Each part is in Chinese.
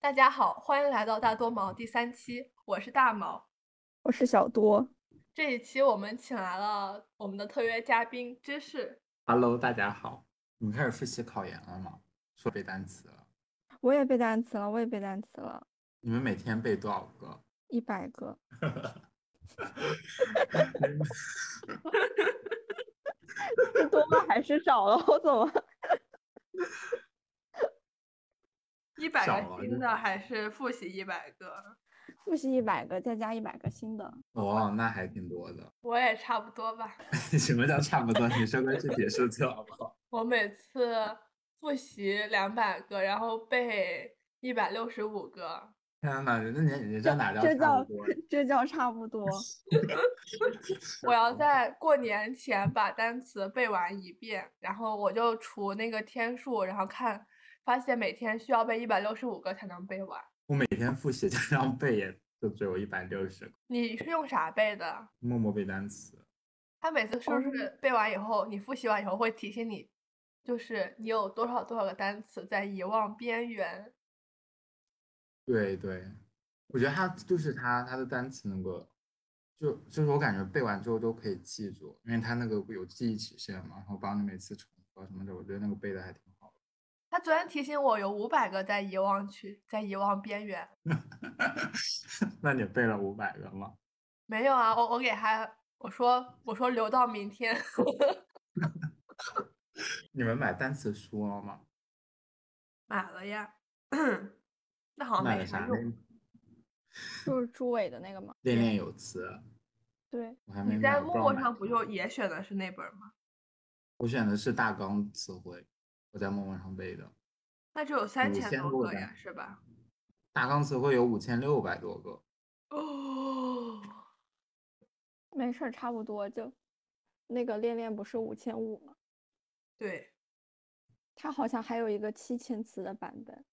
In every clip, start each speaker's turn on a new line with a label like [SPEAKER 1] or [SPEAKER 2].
[SPEAKER 1] 大家好，欢迎来到大多毛第三期，我是大毛。
[SPEAKER 2] 我是小多，
[SPEAKER 1] 这一期我们请来了我们的特约嘉宾芝士。
[SPEAKER 3] Hello，大家好，你们开始复习考研了吗？说背单词了，
[SPEAKER 2] 我也背单词了，我也背单词了，
[SPEAKER 3] 你们每天背多少个？
[SPEAKER 2] 一百个。是多了还是少了？我怎么？
[SPEAKER 1] 一百
[SPEAKER 3] 少了
[SPEAKER 1] 个新
[SPEAKER 3] 就
[SPEAKER 1] 的还是复习一百个？
[SPEAKER 2] 复习一百个，再加一百个新的。
[SPEAKER 3] 哦，那还挺多的。
[SPEAKER 1] 我也差不多吧。
[SPEAKER 3] 什么叫差不多？你说个具体数字好不好？
[SPEAKER 1] 我每次复习两百个，然后背一百六十五个。
[SPEAKER 3] 天哪，那你你这哪叫
[SPEAKER 2] 这
[SPEAKER 3] 差
[SPEAKER 2] 叫
[SPEAKER 3] 不多？
[SPEAKER 2] 这叫差不多。
[SPEAKER 1] 我要在过年前把单词背完一遍，然后我就除那个天数，然后看发现每天需要背一百六十五个才能背完。
[SPEAKER 3] 我每天复习就这样背，也就只有一百六十个。
[SPEAKER 1] 你是用啥背的？
[SPEAKER 3] 默默背单词，
[SPEAKER 1] 他每次是不是
[SPEAKER 3] 哦
[SPEAKER 1] 背完以后，你复习完以后会提醒你，就是你有多少多少个单词在遗忘边缘？
[SPEAKER 3] 对对，我觉得他就是他他的单词能够，就就是我感觉背完之后都可以记住，因为他那个有记忆曲线嘛，然后帮你每次重复啊什么的，我觉得那个背的还挺好。
[SPEAKER 1] 他昨天提醒我有五百个在遗忘区，在遗忘边缘。
[SPEAKER 3] 那你背了五百个吗？
[SPEAKER 1] 没有啊，我我给他我说我说留到明天。
[SPEAKER 3] 你们买单词书了吗？
[SPEAKER 1] 买了呀， 那好像
[SPEAKER 3] 买
[SPEAKER 1] 啊没
[SPEAKER 3] 了
[SPEAKER 1] 啥
[SPEAKER 3] 啥？
[SPEAKER 1] 用。
[SPEAKER 3] 呢？
[SPEAKER 2] 就是朱伟的那个嘛。
[SPEAKER 3] 练练有词，
[SPEAKER 2] 对，
[SPEAKER 3] 我还没
[SPEAKER 1] 你
[SPEAKER 3] 买。
[SPEAKER 1] 在
[SPEAKER 3] 我
[SPEAKER 1] 陌
[SPEAKER 3] 不知道
[SPEAKER 1] 陌
[SPEAKER 3] 买
[SPEAKER 1] 上
[SPEAKER 3] 什
[SPEAKER 1] 不
[SPEAKER 3] 么
[SPEAKER 1] 就也选的是那本儿吗？
[SPEAKER 3] 我选的是大纲词汇，我在陌陌上背的。
[SPEAKER 1] 那就有三
[SPEAKER 3] 五
[SPEAKER 1] 千
[SPEAKER 3] 千
[SPEAKER 1] 多
[SPEAKER 3] 多
[SPEAKER 1] 个
[SPEAKER 3] 单
[SPEAKER 1] 呀，是 吧？
[SPEAKER 3] 大纲词汇有五千六百多个，
[SPEAKER 1] 哦，
[SPEAKER 2] 没事儿，差不多就那个恋恋不是五千五吗？
[SPEAKER 1] 对
[SPEAKER 2] 它好像还有一个七千词的版本。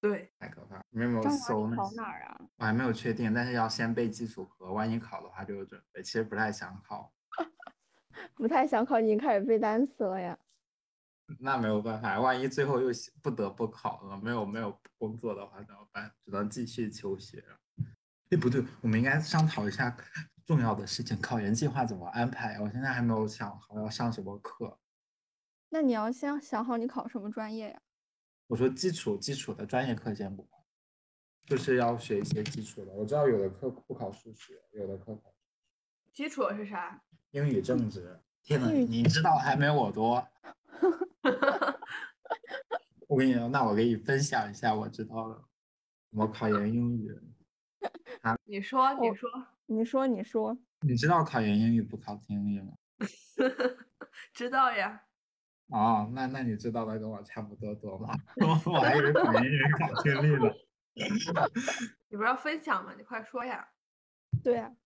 [SPEAKER 1] 对，
[SPEAKER 3] 太可怕了。你们有没
[SPEAKER 2] 张
[SPEAKER 3] 有
[SPEAKER 2] 华
[SPEAKER 3] 搜
[SPEAKER 2] 你
[SPEAKER 3] 那
[SPEAKER 2] 考
[SPEAKER 3] 些？
[SPEAKER 2] 哪儿啊？
[SPEAKER 3] 我还没有确定，但是要先背基础课，万一考的话就有准备。其实不太想考，
[SPEAKER 2] 不太想考，你已经开始背单词了呀？
[SPEAKER 3] 那没有办法，万一最后又喜不得不考了，没有没有工作的话怎么办？只能继续求学。哎，不对，我们应该商讨一下重要的事情，考研计划怎么安排？我现在还没有想好要上什么课。
[SPEAKER 2] 那你要先想好你考什么专业呀？
[SPEAKER 3] 我说基础基础的专业课先不考，就是要学一些基础的。我知道有的课不考数学，有的课考
[SPEAKER 1] 基础是啥？
[SPEAKER 3] 英语、政治。天呐，
[SPEAKER 2] 英语
[SPEAKER 3] 你知道还没我 多。我跟你说，那我给你分享一下我知道的，我考研英语。
[SPEAKER 1] 你说你
[SPEAKER 2] 我
[SPEAKER 1] 说，
[SPEAKER 2] 你说，你说，
[SPEAKER 3] 你知道考研英语不考听力吗？
[SPEAKER 1] 知道呀。
[SPEAKER 3] 哦，那那你知道的跟我差不多多吗？ 我我还以为考研英语考听力呢。
[SPEAKER 1] 你不是要分享吗？你快说呀！
[SPEAKER 2] 对啊呀、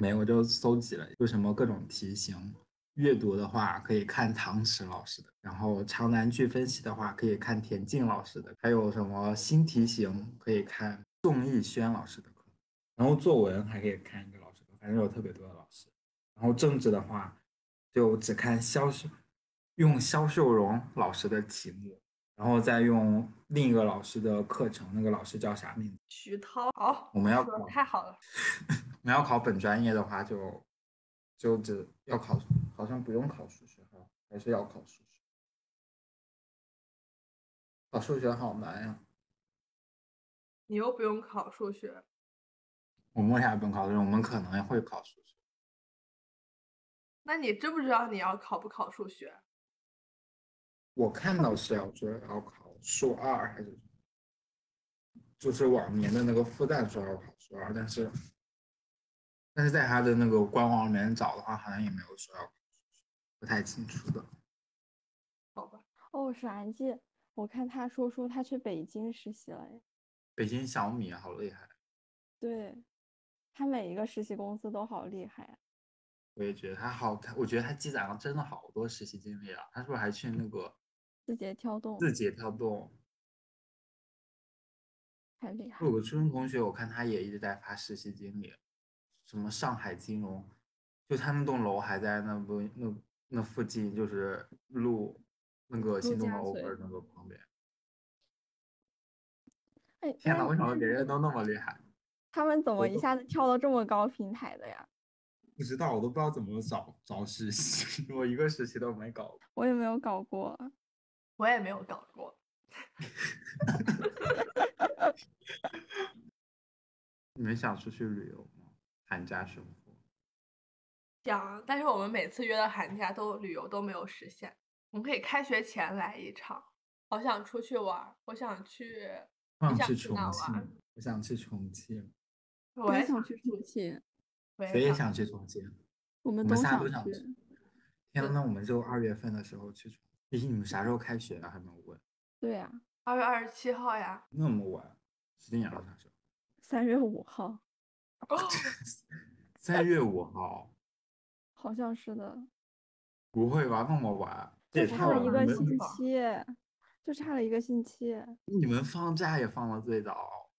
[SPEAKER 3] 没，我就搜集了，就什么各种题型。阅读的话可以看唐池老师的，然后长难句分析的话可以看田静老师的，还有什么新题型可以看宋逸轩老师的课，然后作文还可以看一个老师的，反正有特别多的老师。然后政治的话就只看肖秀，用肖秀荣老师的题目，然后再用另一个老师的课程，那个老师叫啥名字？
[SPEAKER 1] 徐涛，好，
[SPEAKER 3] 我们要
[SPEAKER 1] 说得
[SPEAKER 3] 考
[SPEAKER 1] 太好了。
[SPEAKER 3] 你要考本专业的话就，就只要考，好像不用考数学哈，还是要考数学。考、数学好难呀、
[SPEAKER 1] 你又不用考数学，
[SPEAKER 3] 我们为啥不用考数学？我们可能会考数学。
[SPEAKER 1] 那你知不知道你要考不考数学？
[SPEAKER 3] 我看到是要说要考数二还是，就是往年的那个复旦说要考数二，但是，但是在他的那个官网里面找的话，好像也没有说要考数学，不太清楚的。
[SPEAKER 1] 好吧，
[SPEAKER 2] 哦，闪记，我看他说说他去北京实习了呀。
[SPEAKER 3] 北京小米好厉害，
[SPEAKER 2] 对，他每一个实习公司都好厉害啊。
[SPEAKER 3] 我也觉得他好，他我觉得他积攒了真的好多实习经历啊。他是不是还去那个
[SPEAKER 2] 字节跳动
[SPEAKER 3] 字节跳动？
[SPEAKER 2] 太厉害
[SPEAKER 3] 我有，个初中同学，我看他也一直在发实习经历，什么上海金融，就他那栋楼还在那不那那附近，就是路那个新东
[SPEAKER 2] 家
[SPEAKER 3] 楼
[SPEAKER 2] 嘴
[SPEAKER 3] 或者那个旁边。
[SPEAKER 2] 哎，
[SPEAKER 3] 天
[SPEAKER 2] 那
[SPEAKER 3] 哪，为什么
[SPEAKER 2] 那
[SPEAKER 3] 别人都那么厉害？
[SPEAKER 2] 他们怎
[SPEAKER 3] 我
[SPEAKER 2] 么一
[SPEAKER 3] 都
[SPEAKER 2] 下子跳到这么高平台的呀？
[SPEAKER 3] 不知道，我都不知道怎么找找实习， 我一个实习都没搞过。
[SPEAKER 2] 我也没有搞过。
[SPEAKER 1] 我也没有搞过。
[SPEAKER 3] 你们想出去旅游吗？寒假生活，
[SPEAKER 1] 想，但是我们每次约的寒假都旅游都没有实现。我们可以开学前来一场。好想出去玩儿，我想去，
[SPEAKER 3] 我
[SPEAKER 1] 你
[SPEAKER 3] 想
[SPEAKER 1] 想
[SPEAKER 3] 去
[SPEAKER 1] 去
[SPEAKER 3] 重
[SPEAKER 1] 哪玩
[SPEAKER 3] 庆，我想去重庆，
[SPEAKER 1] 我也
[SPEAKER 2] 想去重庆，
[SPEAKER 1] 我也
[SPEAKER 3] 谁也
[SPEAKER 1] 想
[SPEAKER 3] 想去重庆，
[SPEAKER 2] 我
[SPEAKER 3] 我
[SPEAKER 2] 们
[SPEAKER 3] 们
[SPEAKER 2] 都
[SPEAKER 3] 仨
[SPEAKER 2] 想
[SPEAKER 3] 都想去
[SPEAKER 2] 去。。
[SPEAKER 3] 天
[SPEAKER 1] 对
[SPEAKER 3] 呐，那我们就二月份的时候去重庆。咦，你们啥时候开学啊？还没有问。
[SPEAKER 2] 对啊呀、
[SPEAKER 1] 二月二十七号呀，
[SPEAKER 3] 那么晚，十点了啥时候？
[SPEAKER 2] 三月五号，
[SPEAKER 1] 哦
[SPEAKER 3] 三月五号？
[SPEAKER 2] 好像是的，
[SPEAKER 3] 不会吧？那么晚？这也
[SPEAKER 2] 就
[SPEAKER 1] 是
[SPEAKER 3] 太
[SPEAKER 2] 差
[SPEAKER 1] 我们
[SPEAKER 3] 晚了。
[SPEAKER 2] 了一个
[SPEAKER 3] 你
[SPEAKER 1] 没
[SPEAKER 2] 星
[SPEAKER 3] 们
[SPEAKER 1] 办法
[SPEAKER 2] 期，就差了一个星期。
[SPEAKER 3] 你们放假也放的最早。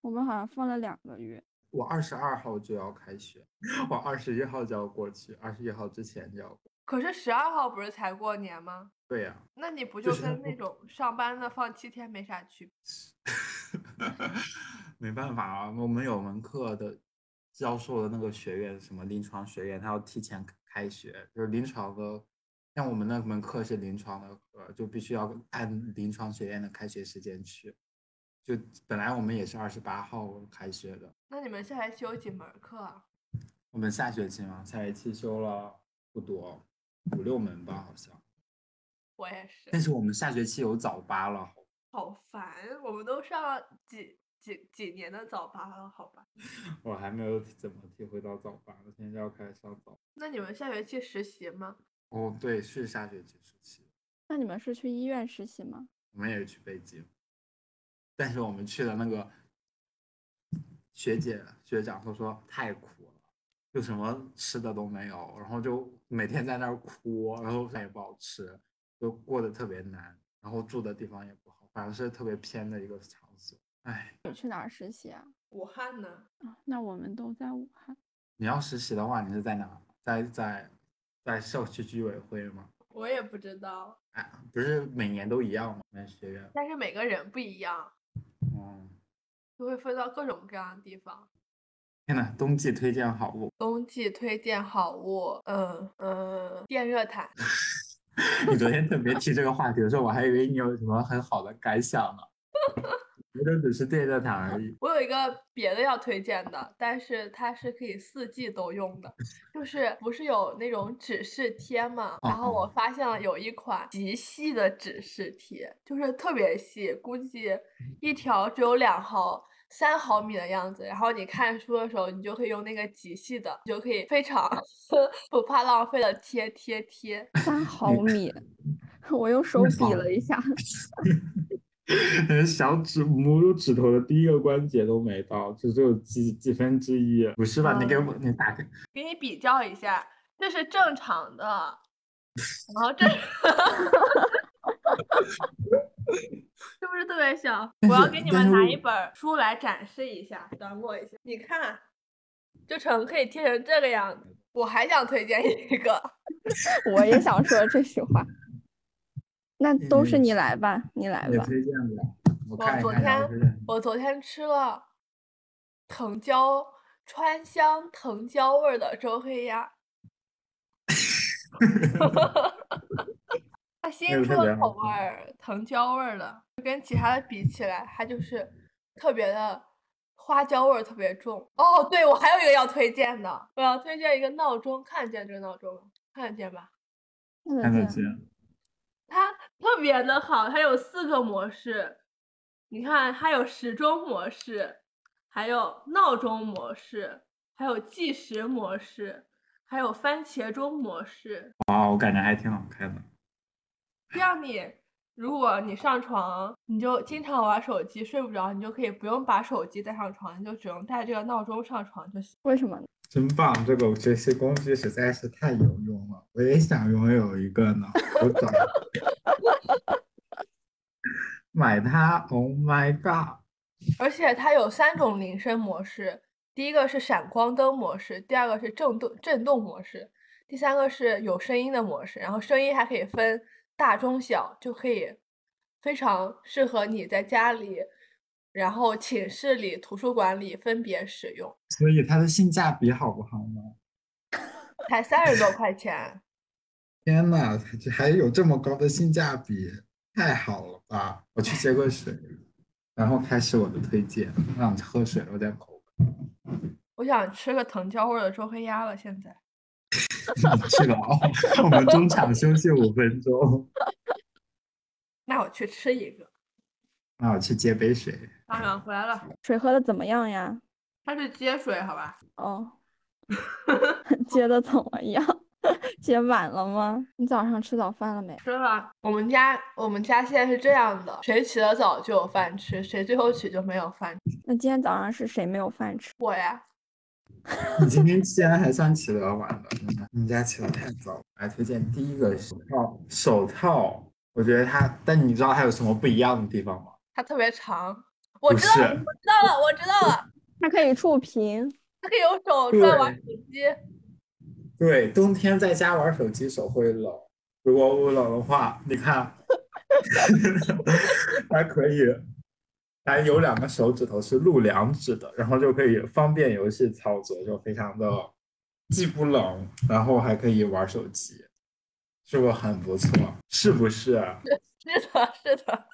[SPEAKER 2] 我们好像放了两个月。
[SPEAKER 3] 我二十二号就要开学，我二十一号就要过去，二十一号之前就要过。
[SPEAKER 1] 可是十二号不是才过年吗？
[SPEAKER 3] 对呀、
[SPEAKER 1] 那你不
[SPEAKER 3] 就
[SPEAKER 1] 就是 跟那种上班的放七天没啥区别？
[SPEAKER 3] 没办法啊，我们有门课的教授的那个学院，什么临床学院，他要提前开开学，就是临床的，像我们那门课是临床的课，就必须要按临床学院的开学时间去。就本来我们也是二十八号开学的，
[SPEAKER 1] 那你们下学期有几门儿课啊？
[SPEAKER 3] 我们下学期嘛，下学期修了不多，五六门吧，好像。
[SPEAKER 1] 我也是
[SPEAKER 3] 但，是我们下学期有早八了，好
[SPEAKER 1] 好烦，我们都上了几几几年的早八了，好吧？
[SPEAKER 3] 我还没有怎么体会到早八，我现在要开始上早。
[SPEAKER 1] 那你们下学期实习吗？
[SPEAKER 3] 哦，对，是下学期时期。
[SPEAKER 2] 那你们是去医院实习吗？
[SPEAKER 3] 我们也去北京，但是我们去的那个学姐学长都说太苦了，就什么吃的都没有，然后就每天在那儿哭，然后饭也不好吃，就过得特别难，然后住的地方也不好，反正是特别偏的一个场所。哎，
[SPEAKER 2] 你去哪儿实习啊？
[SPEAKER 1] 武汉呢？
[SPEAKER 2] 啊，那我们都在武汉。
[SPEAKER 3] 你要实习的话，你是在哪？在在在社区居委会吗？
[SPEAKER 1] 我也不知道，
[SPEAKER 3] 哎，不是每年都一样吗？那学院，
[SPEAKER 1] 但是每个人不一样，
[SPEAKER 3] 嗯，
[SPEAKER 1] 就会分到各种各样的地方。
[SPEAKER 3] 天呐，冬季推荐好物，
[SPEAKER 1] 冬季推荐好物，嗯嗯，电热毯。
[SPEAKER 3] 你昨天特别提这个话题的时候，我还以为你有什么很好的感想呢，我就只是电热毯而已。
[SPEAKER 1] 我有一个别的要推荐的，但是它是可以四季都用的，就是不是有那种指示贴嘛？然后我
[SPEAKER 3] 嗯
[SPEAKER 1] 发现了有一款极细的指示贴，就是特别细，估计一条只有两毫。三毫米的样子，然后你看书的时候，你就可以用那个极细的，你就可以非常 不怕浪费的贴贴贴。
[SPEAKER 2] 三毫 米，我用手比了一下。
[SPEAKER 3] 呃小指拇指指头的第一个关节都没到，就只有几几分之一。不是吧？你给我，你打开，
[SPEAKER 1] 给你比较一下，这是正常的，然 后这是不是特别小？
[SPEAKER 3] 但
[SPEAKER 1] 我要
[SPEAKER 3] 是
[SPEAKER 1] 给你
[SPEAKER 3] 但
[SPEAKER 1] 们
[SPEAKER 3] 是
[SPEAKER 1] 拿
[SPEAKER 3] 我
[SPEAKER 1] 一本儿书来展示一下，端过一下，你看，就成可以贴成这个样子。我还想推荐一个，
[SPEAKER 2] 我也想说这句话。那都是
[SPEAKER 3] 嗯
[SPEAKER 2] 你来吧，你来
[SPEAKER 3] 你
[SPEAKER 2] 吧。
[SPEAKER 3] 推荐的，
[SPEAKER 1] 我
[SPEAKER 3] 我看一
[SPEAKER 1] 昨
[SPEAKER 3] 看，然后
[SPEAKER 1] 天
[SPEAKER 3] 推荐。
[SPEAKER 1] 我昨天吃了藤椒川香藤椒味儿的周黑 鸭，它新
[SPEAKER 3] 个
[SPEAKER 1] 出
[SPEAKER 3] 特别
[SPEAKER 1] 的
[SPEAKER 3] 好
[SPEAKER 1] 口味儿，藤椒味儿的，跟其他的比起来，它就是特别的花椒味儿特别重。哦，对，我还有一个要推荐的，我要推荐一个闹钟，看得见这个闹钟吗？看得见吧？
[SPEAKER 2] 看
[SPEAKER 3] 看
[SPEAKER 2] 得
[SPEAKER 3] 得
[SPEAKER 2] 见。
[SPEAKER 3] 见，
[SPEAKER 1] 它特别的好，它有四个模式，你看，它有时钟模式，还有闹钟模式，还有计时模式，还有番茄钟模式，
[SPEAKER 3] 哇，我感觉还挺好看的。
[SPEAKER 1] 这样你。如果你上床，你就经常玩手机，睡不着，你就可以不用把手机带上床，你就只用带这个闹钟上床就行。
[SPEAKER 2] 为什么呢？
[SPEAKER 3] 真棒！这个这些工具实在是太有用了，我也想拥有一个呢。我找 买它，Oh my god！
[SPEAKER 1] 而且它有三种铃声模式，第一个是闪光灯模式，第二个是震动震动模式，第三个是有声音的模式。然后声音还可以分大、中、小，就可以非常适合你在家里然后寝室里、图书馆里分别使用，
[SPEAKER 3] 所以它的性价比好不好呢？
[SPEAKER 1] 才三十多块钱。
[SPEAKER 3] 天呐，这还有这么高的性价比，太好了吧！我去接个水，然后开始我的推荐。我想喝水了，有点口
[SPEAKER 1] 我想吃个藤椒味儿的周黑鸭了，现在。
[SPEAKER 3] 渴。你去了啊，我们中场休息五分钟。
[SPEAKER 1] 那我去吃一个。
[SPEAKER 3] 那我去接杯水。
[SPEAKER 1] 当然回来了，
[SPEAKER 2] 水喝的怎么样呀？
[SPEAKER 1] 他是接水，好吧？
[SPEAKER 2] 哦，接的怎么样？ 接满了吗？你早上吃早饭了没？
[SPEAKER 1] 吃了。啊我们家我们家现在是这样的，谁起得早就有饭吃，谁最后起就没有饭吃。
[SPEAKER 2] 那今天早上是谁没有饭吃？
[SPEAKER 1] 我呀，
[SPEAKER 3] 你今天竟然还算起得晚了，真的你们家起得太早了。来推荐第一个手套，手套，我觉得它，但你知道它有什么不一样的地方吗？
[SPEAKER 1] 它特别长。我
[SPEAKER 3] 不
[SPEAKER 1] 知
[SPEAKER 3] 是，
[SPEAKER 1] 道了，我知道了，我知道了，
[SPEAKER 2] 它可以触屏，
[SPEAKER 1] 它可以用手转玩
[SPEAKER 3] 对
[SPEAKER 1] 手机。
[SPEAKER 3] 对，冬天在家玩手机手会冷，如果我冷的话，你看，它可以，它有两个手指头是露两指的，然后就可以方便游戏操作，就非常的既不冷，然后还可以玩手机，是不是很不错？是不是？啊
[SPEAKER 1] 是的，是的，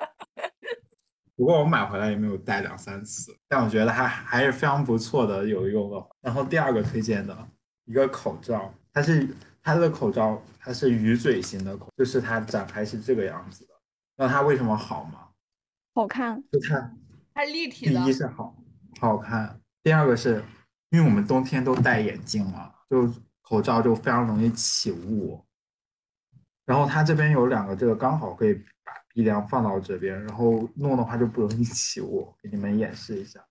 [SPEAKER 3] 不过我买回来也没有戴两三次，但我觉得还还是非常不错的，有用的。然后第二个推荐的一个口罩，它是它的口罩，它是鱼嘴型的口，就是它展开是这个样子的。那它为什么好吗？
[SPEAKER 2] 好看。
[SPEAKER 3] 就它
[SPEAKER 1] 它立体
[SPEAKER 3] 第
[SPEAKER 1] 的。
[SPEAKER 3] 一是好好看，第二个是因为我们冬天都戴眼镜嘛，就口罩就非常容易起雾。然后它这边有两个，这个刚好可以把鼻梁放到这边，然后弄的话就不容易起雾。给你们演示一下，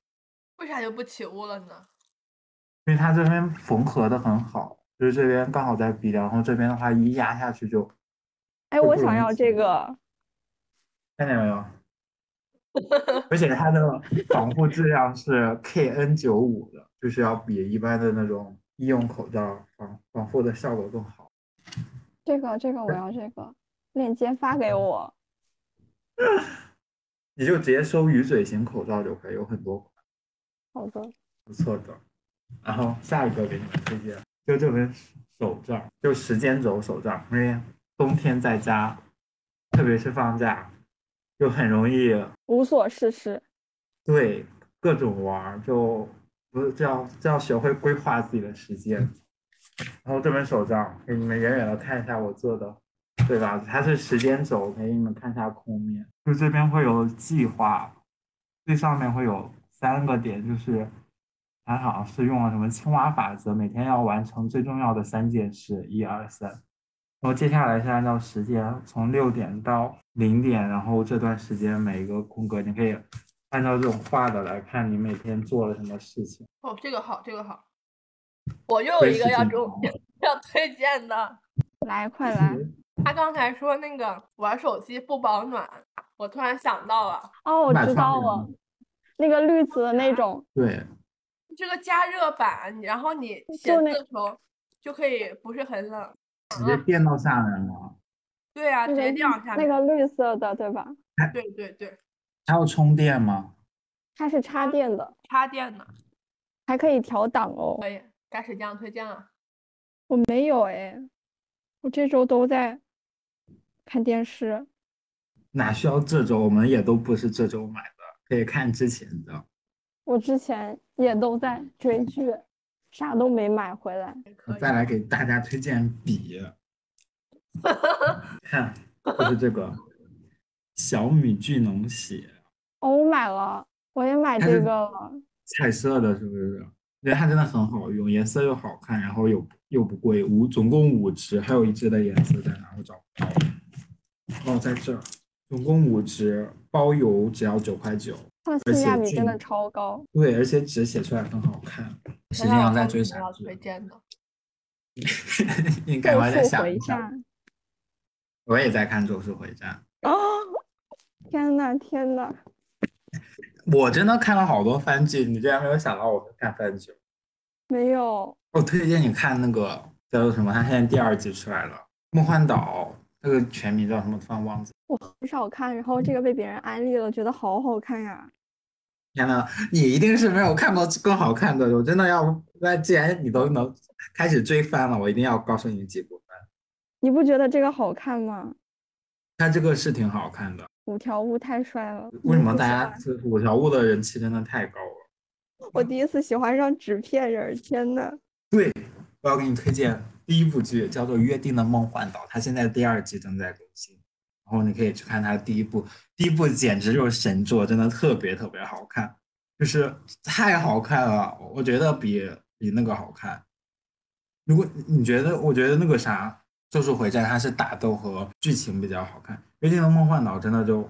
[SPEAKER 1] 为啥就不起雾了呢？
[SPEAKER 3] 因为它这边缝合的很好，就是这边刚好在鼻梁，然后这边的话一压下去就
[SPEAKER 2] 哎，
[SPEAKER 3] 这
[SPEAKER 2] 我
[SPEAKER 3] 不
[SPEAKER 2] 想
[SPEAKER 3] 容易
[SPEAKER 2] 要
[SPEAKER 3] 起
[SPEAKER 2] 这
[SPEAKER 3] 雾
[SPEAKER 2] 个，
[SPEAKER 3] 看见没有？而且它的防护质量是 KN95 的，就是要比一般的那种医用口罩防防护的效果更好。
[SPEAKER 2] 这个，这个我要这个，链接发给我。
[SPEAKER 3] 你就直接搜鱼嘴型口罩就可以，有很多款
[SPEAKER 2] 好的，
[SPEAKER 3] 不错的。然后下一个给你们推荐，就这本手账，就时间轴手账，因为冬天在家，特别是放假，就很容易
[SPEAKER 2] 无所事事。
[SPEAKER 3] 对，各种玩儿，就不是这样，这样学会规划自己的时间。然后这本手账给你们远远的看一下我做的，对吧？它是时间轴，给你们看一下空面，就这边会有计划，最上面会有三个点，就是它好像是用了什么青蛙法则，每天要完成最重要的三件事，一二三。然后接下来是按照时间，从六点到零点，然后这段时间每一个空格，你可以按照这种画的来看你每天做了什么事情。
[SPEAKER 1] 哦，这个好，这个好。我又有
[SPEAKER 3] 分
[SPEAKER 1] 一个
[SPEAKER 3] 析
[SPEAKER 1] 要
[SPEAKER 3] 进
[SPEAKER 1] 中 要推荐的，
[SPEAKER 2] 来，快来！
[SPEAKER 3] 嗯
[SPEAKER 1] 他刚才说那个玩手机不保暖，我突然想到了，
[SPEAKER 2] 哦，我
[SPEAKER 3] 买
[SPEAKER 2] 知
[SPEAKER 3] 方
[SPEAKER 2] 道
[SPEAKER 3] 便
[SPEAKER 2] 了
[SPEAKER 3] 面，
[SPEAKER 2] 那个绿紫的那种，
[SPEAKER 3] 对，
[SPEAKER 1] 这个加热板，然后你写
[SPEAKER 2] 就
[SPEAKER 1] 字
[SPEAKER 2] 那
[SPEAKER 1] 的时候就可以不是很冷。
[SPEAKER 3] 直接变到下面了，
[SPEAKER 1] 对啊，
[SPEAKER 2] 那
[SPEAKER 1] 直
[SPEAKER 2] 个
[SPEAKER 1] 接
[SPEAKER 2] 绿
[SPEAKER 1] 这样下
[SPEAKER 2] 那
[SPEAKER 1] 面。
[SPEAKER 2] 个绿色的，对吧？
[SPEAKER 1] 对对对，
[SPEAKER 3] 还要充电吗？
[SPEAKER 2] 它是
[SPEAKER 1] 啊
[SPEAKER 2] 插电的，
[SPEAKER 1] 插电的
[SPEAKER 2] 还可以调档哦。
[SPEAKER 1] 可以。该谁酱推荐了？
[SPEAKER 2] 我没有哎，我这周都在看电视。
[SPEAKER 3] 哪需要这周？我们也都不是这周买的，可以看之前的。
[SPEAKER 2] 我之前也都在追剧，啥都没买回来。
[SPEAKER 1] 也
[SPEAKER 3] 我
[SPEAKER 1] 可以。
[SPEAKER 3] 再来给大家推荐 笔，看，就是这个小米聚能写，
[SPEAKER 2] 哦，我买了，我也买
[SPEAKER 3] 它
[SPEAKER 2] 这
[SPEAKER 3] 是
[SPEAKER 2] 个了。
[SPEAKER 3] 彩色的，是不是？因为它真的很好
[SPEAKER 1] 嗯
[SPEAKER 3] 用，颜色又好看，然后又又不贵，五总共五支，还有一支的颜色在哪？我找不到。哦，在这儿，总共五支，包邮只要九块九。
[SPEAKER 2] 它
[SPEAKER 3] 而
[SPEAKER 2] 的性价
[SPEAKER 3] 且
[SPEAKER 2] 比真的
[SPEAKER 3] 近
[SPEAKER 2] 超高。
[SPEAKER 3] 对，而且纸写出来很好看。实际
[SPEAKER 1] 想想
[SPEAKER 3] 上
[SPEAKER 1] 我
[SPEAKER 3] 在
[SPEAKER 1] 看
[SPEAKER 3] 追
[SPEAKER 1] 你们
[SPEAKER 3] 啥
[SPEAKER 1] 要
[SPEAKER 3] 剧？
[SPEAKER 1] 推荐的？
[SPEAKER 3] 应该
[SPEAKER 2] 咒
[SPEAKER 3] 我还在
[SPEAKER 2] 术
[SPEAKER 3] 想
[SPEAKER 2] 回
[SPEAKER 3] 一下。
[SPEAKER 2] 战
[SPEAKER 3] 我也在看《咒术回战
[SPEAKER 2] 啊！天呐天呐，》，
[SPEAKER 3] 我真的看了好多番剧，你居然没有想到我会看番剧。
[SPEAKER 2] 没有，
[SPEAKER 3] 我推荐你看那个叫做什么？它现在第二季出来了，《梦幻岛》，那个全名叫什么？突然忘记了。
[SPEAKER 2] 我很少看，然后这个被别人安利了，觉得好好看呀。
[SPEAKER 3] 天呐，你一定是没有看过更好看的。我真的要，那既然你都能开始追番了，我一定要告诉你几部番。
[SPEAKER 2] 你不觉得这个好看吗？
[SPEAKER 3] 它这个是挺好看的，
[SPEAKER 2] 五条悟太帅了。
[SPEAKER 3] 为什么
[SPEAKER 2] 我
[SPEAKER 3] 大
[SPEAKER 2] 喜
[SPEAKER 3] 家
[SPEAKER 2] 欢
[SPEAKER 3] 这五条悟的人气真的太高了？
[SPEAKER 2] 我第一次喜欢上纸片人儿，天呐，
[SPEAKER 3] 对，我要给你推荐第一部剧，叫做《约定的梦幻岛》，它现在第二季正在更新，然后你可以去看它的第一部，第一部简直就是神作，真的特别特别好看，就是太好看了，我觉得比比那个好看。如果你觉得，我觉得那个啥《咒术回战》，它是打斗和剧情比较好看，《约定的梦幻岛》真的就。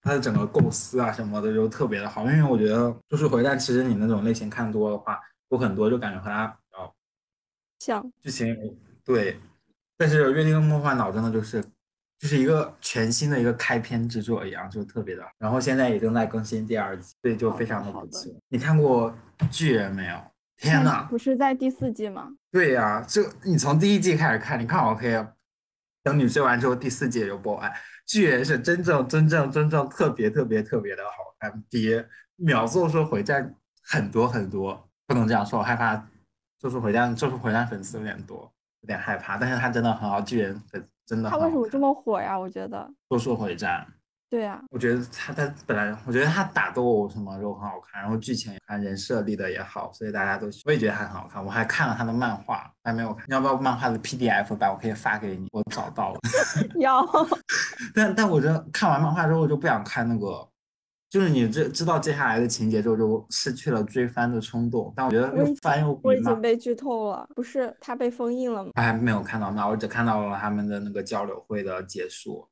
[SPEAKER 3] 它的整个构思啊什么的就特别的好，因为我觉得《咒术回战》其实你那种类型看多的话，有很多就感觉和它比较
[SPEAKER 2] 像
[SPEAKER 3] 剧情有对，但是《约定的梦幻岛》真的就是就是一个全新的一个开篇之作一样，就特别的。然后现在也正在更新第二季，所以就
[SPEAKER 2] 好
[SPEAKER 3] 非
[SPEAKER 2] 的
[SPEAKER 3] 常的
[SPEAKER 2] 哦好
[SPEAKER 3] 不
[SPEAKER 2] 的
[SPEAKER 3] 错。你看过《巨人》没有？天
[SPEAKER 2] 呐，
[SPEAKER 3] 呐，
[SPEAKER 2] 不是在第四季吗？
[SPEAKER 3] 对呀、这你从第一季开始看，你看好黑啊！等你追完之后，第四季也就播完。《巨人》是真正真正真正特别特别特别的好看，比《秒咒术回战》很多很多。不能这样说，我害怕《咒术回战》《咒术回战》粉丝有点多，有点害怕。但是它真的很好，《巨人》粉真的
[SPEAKER 2] 他
[SPEAKER 3] 很
[SPEAKER 2] 为
[SPEAKER 3] 好
[SPEAKER 2] 什么这
[SPEAKER 3] 看。
[SPEAKER 2] 么火呀？我觉得，
[SPEAKER 3] 咒术回战，
[SPEAKER 2] 对 呀、
[SPEAKER 3] 我觉得他他本来我觉得他打斗什么都很好看，然后剧情也好看，人设立的也好，所以大家都我也觉得他很好看。我还看了他的漫画，还没有看。你要不要漫画的 PDF 版？我可以发给你，我找到了。
[SPEAKER 2] 要
[SPEAKER 3] 但但我真的看完漫画之后，我就不想看那个，就是你知知道接下来的情节之后，就失去了追番的冲动。但我觉得
[SPEAKER 2] 我已
[SPEAKER 3] 又番又
[SPEAKER 2] 我
[SPEAKER 3] 比
[SPEAKER 2] 已
[SPEAKER 3] 漫
[SPEAKER 2] 经，被剧透了，不是他被封印了吗？
[SPEAKER 3] 我还没有看到那，我只看到了他们的那个交流会的结束。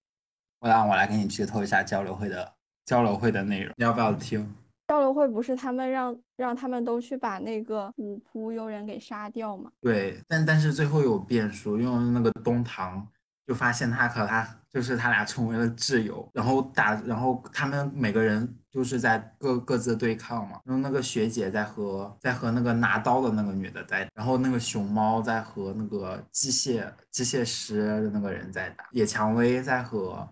[SPEAKER 3] 我让我来给你剧透一下交流会的交流会的内容，你要不要听？
[SPEAKER 2] 交流会不是他们让让他们都去把那个五仆悠人给杀掉吗？
[SPEAKER 3] 对，但但是最后有变数，因为那个东堂就发现他和他就是他俩成为了挚友，然后打，然后他们每个人就是在各各自对抗嘛。然后那个学姐在和在和那个拿刀的那个女的在，然后那个熊猫在和那个机械机械师的那个人在打，野蔷薇在和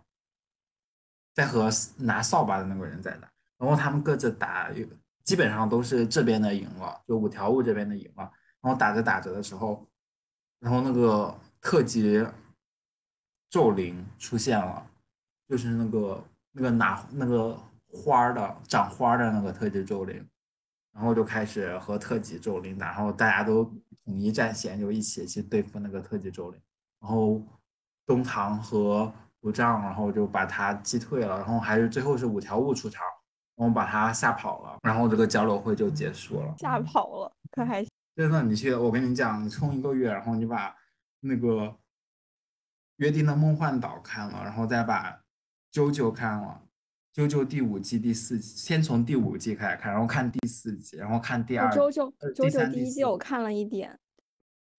[SPEAKER 3] 在和拿扫把的那个人在打，然后他们各自打，有基本上都是这边的赢了，就五条悟这边的赢了。然后打着打着的时候，然后那个特级咒灵出现了，就是那个那个拿那个花儿的长花儿的那个特级咒灵，然后就开始和特级咒灵打，然后大家都统一战线，就一起去对付那个特级咒灵。然后东堂和五丈，然后就把他击退了，然后还是最后是五条悟出场，然后把他吓跑了，然后这个交流会就结束了。
[SPEAKER 2] 吓跑了，可还
[SPEAKER 3] 真的，你去，我跟你讲，你充一个月，然后你把那个《约定的梦幻岛》看了，然后再把《啾啾》看了，《啾啾》第五季第四季，先从第五季开始看，然后看第四季，然后看第
[SPEAKER 2] 我
[SPEAKER 3] 二。
[SPEAKER 2] 周周
[SPEAKER 3] 呃
[SPEAKER 2] 周
[SPEAKER 3] 第
[SPEAKER 2] 周
[SPEAKER 3] 三
[SPEAKER 2] 第
[SPEAKER 3] 第
[SPEAKER 2] 一
[SPEAKER 3] 四
[SPEAKER 2] 季我看了一点，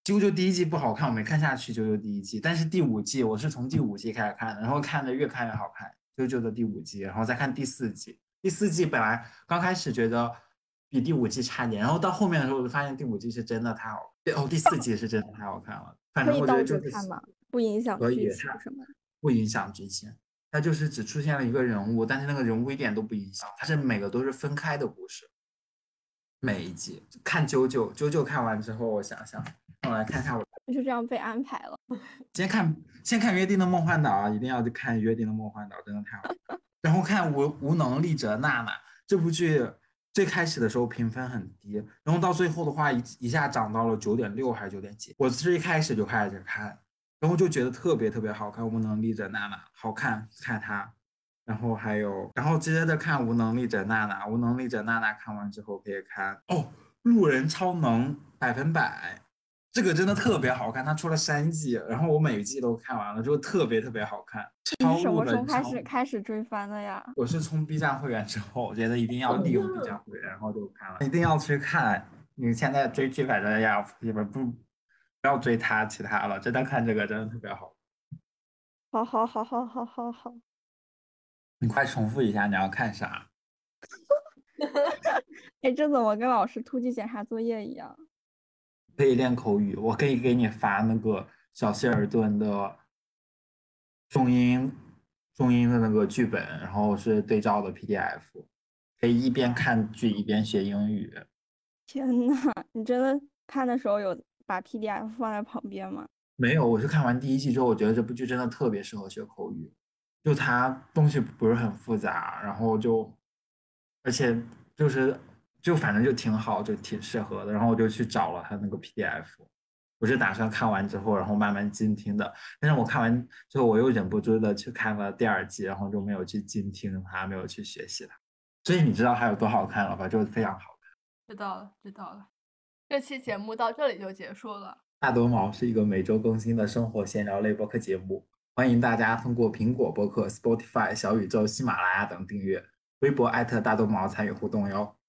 [SPEAKER 3] 啾啾第一季不好看，我没看下去。啾啾第一季，但是第五季我是从第五季开始看的，然后看的越看越好看。啾啾的第五季，然后再看第四季。第四季本来刚开始觉得比第五季差一点，然后到后面的时候我就发现第五季是真的太好，哦，第四季是真的太好看了。反
[SPEAKER 2] 可
[SPEAKER 3] 正
[SPEAKER 2] 以
[SPEAKER 3] 我觉
[SPEAKER 2] 倒
[SPEAKER 3] 得
[SPEAKER 2] 着
[SPEAKER 3] 就是
[SPEAKER 2] 看吗？不影响
[SPEAKER 3] 可以啊
[SPEAKER 2] 剧情
[SPEAKER 3] 它
[SPEAKER 2] 什么的。
[SPEAKER 3] 不影响剧情，它就是只出现了一个人物，但是那个人物一点都不影响，它是每个都是分开的故事。每一季看啾啾，啾啾看完之后，我想想，我来看看我
[SPEAKER 2] 就这样被安排了。
[SPEAKER 3] 先看先看《约定的梦幻岛》啊，一定要去看《约定的梦幻岛》，真的太好看了。然后看无《无能力者娜娜》这部剧，最开始的时候评分很低，然后到最后的话一一下涨到了九点六还是九点几。我是一开始就开始看，然后就觉得特别特别好看，《无能力者娜娜》好看，看它。然后还有，然后接着看《无能力者娜娜》，《无能力者娜娜》看完之后可以看哦，《路人超能》百分百。这个真的特别好看，它出了三季，然后我每一季都看完了，就特别特别好看。
[SPEAKER 2] 你
[SPEAKER 3] 超
[SPEAKER 2] 是什
[SPEAKER 3] 入
[SPEAKER 2] 么时候
[SPEAKER 3] 人
[SPEAKER 2] 开
[SPEAKER 3] 超
[SPEAKER 2] 始开始追番的呀？
[SPEAKER 3] 我是充 B 站会员之后，我觉得一定要利用 B 站会员，然后就看了，一定要去看。你现在追剧反正要你们不不要追它其他了，真的看这个真的特别好。
[SPEAKER 2] 好好好好好好好，
[SPEAKER 3] 你快重复一下你要看啥？
[SPEAKER 2] 哎，这怎么跟老师突击检查作业一样？
[SPEAKER 3] 可以练口语，我可以给你发那个小希尔顿的中英中英的那个剧本，然后是对照的 PDF。可以一边看剧一边学英语。
[SPEAKER 2] 天呐，你真的看的时候有把 PDF 放在旁边吗？
[SPEAKER 3] 没有，我是看完第一季之后，我觉得这部剧真的特别适合学口语，就它东西不是很复杂，然后就，而且就是就反正就挺好，就挺适合的。然后我就去找了它那个 PDF，我是打算看完之后，然后慢慢精听的。但是我看完之后，我又忍不住的去看了第二季，然后就没有去精听它，没有去学习它。所以你知道它有多好看了吧？就是非常好看。
[SPEAKER 1] 知道了，知道了。这期节目到这里就结束了。
[SPEAKER 3] 大多毛是一个每周更新的生活闲聊类播客节目，欢迎大家通过苹果播客、Spotify、小宇宙、喜马拉雅等订阅，微博艾特大多毛参与互动哟。